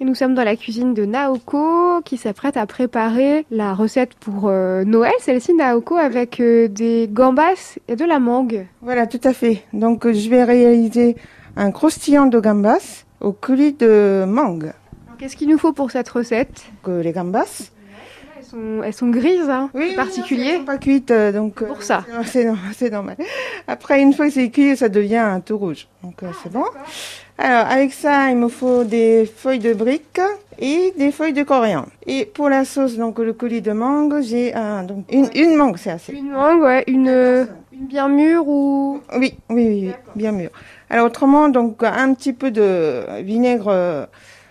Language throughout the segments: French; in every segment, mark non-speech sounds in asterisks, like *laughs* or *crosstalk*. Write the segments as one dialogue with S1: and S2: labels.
S1: Nous sommes dans la cuisine de Naoko qui s'apprête à préparer la recette pour euh, Noël, celle-ci Naoko avec euh, des gambas et de la mangue.
S2: Voilà, tout à fait. Donc euh, je vais réaliser un croustillon de gambas au coulis de mangue.
S1: Alors, Qu'est-ce qu'il nous faut pour cette recette
S2: Donc, euh, les gambas.
S1: elles sont, elles sont grises, hein, c'est
S2: elles
S1: particulier.
S2: sont pas cuites, euh, donc. euh, *laughs*
S1: Pour ça.
S2: c'est- C'est normal, c'est normal. Après, une fois que c'est cuit, ça devient un tout rouge. Donc euh, c'est
S1: Ah,
S2: bon. Alors avec ça, il me faut des feuilles de briques et des feuilles de coriandre. Et pour la sauce, donc le coulis de mangue, j'ai un, donc une, une mangue, c'est assez.
S1: une mangue, ouais, une, euh, une bien mûre ou
S2: Oui, oui, oui, oui, bien mûr. Alors autrement, donc un petit peu de vinaigre euh,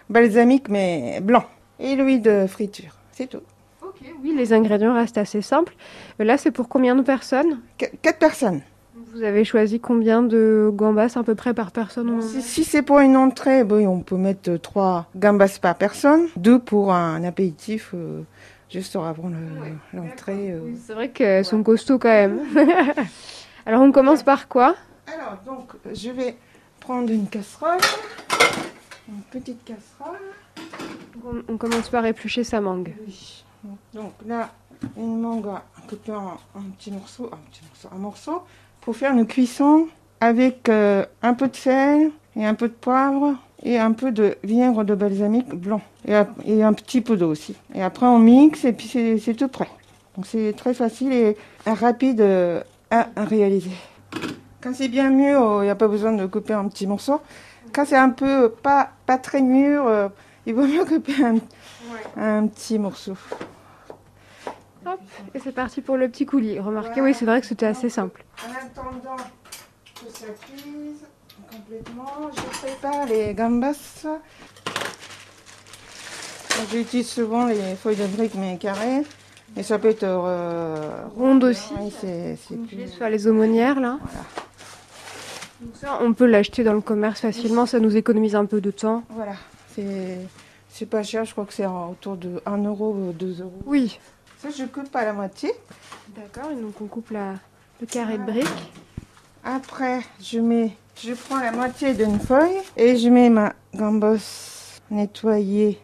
S2: balsamique mais blanc et l'huile de friture, c'est tout.
S1: oui, les ingrédients restent assez simples. Euh, Là, c'est pour combien de personnes
S2: Qu- quatre personnes.
S1: Vous avez choisi combien de gambas à peu près par personne en-
S2: Si, si c'est pour une entrée, bon, on peut mettre euh, trois gambas par personne, deux pour un apéritif euh, juste avant le- l'entrée. euh.
S1: C'est vrai qu'elles sont costauds quand *laughs* même. Alors, on commence par quoi
S2: Alors donc je vais prendre une casserole, une petite casserole.
S1: On- On commence par éplucher sa mangue.
S2: Oui. Donc là, une mangue coupée en, en petits morceaux, un petit morceau, un morceau, pour faire une cuisson avec euh, un peu de sel et un peu de poivre et un peu de vinaigre de balsamique blanc et, ap- et un petit peu d'eau aussi. Et après on mixe et puis c'est c'est tout prêt. Donc c'est très facile et euh, rapide euh, à, à réaliser. Quand c'est bien mûr, il n'y a pas besoin de couper en petits morceaux. Quand c'est un peu euh, pas, pas très mûr, euh, il vaut mieux couper un, un petit morceau.
S1: Et c'est parti pour le petit coulis. Remarquez, oui, c'est vrai que c'était assez simple.
S2: En attendant que ça cuise complètement, je prépare les gambas. Donc, J'utilise souvent les feuilles de briques mais carrées. Et ça peut être euh,
S1: Ronde aussi.
S2: Oui, c'est c'est plus-
S1: Congelé sur les aumônières, là. Donc ça, on peut l'acheter dans le commerce facilement, ça nous économise un peu de temps.
S2: Voilà, c'est c'est pas cher, je crois que c'est en- autour de 1 euro ou 2 euros.
S1: Oui.
S2: Ça, je coupe à la moitié.
S1: D'accord, et donc on coupe la, le carré de briques.
S2: Après, je mets, je prends la moitié d'une feuille et je mets ma gambosse nettoyée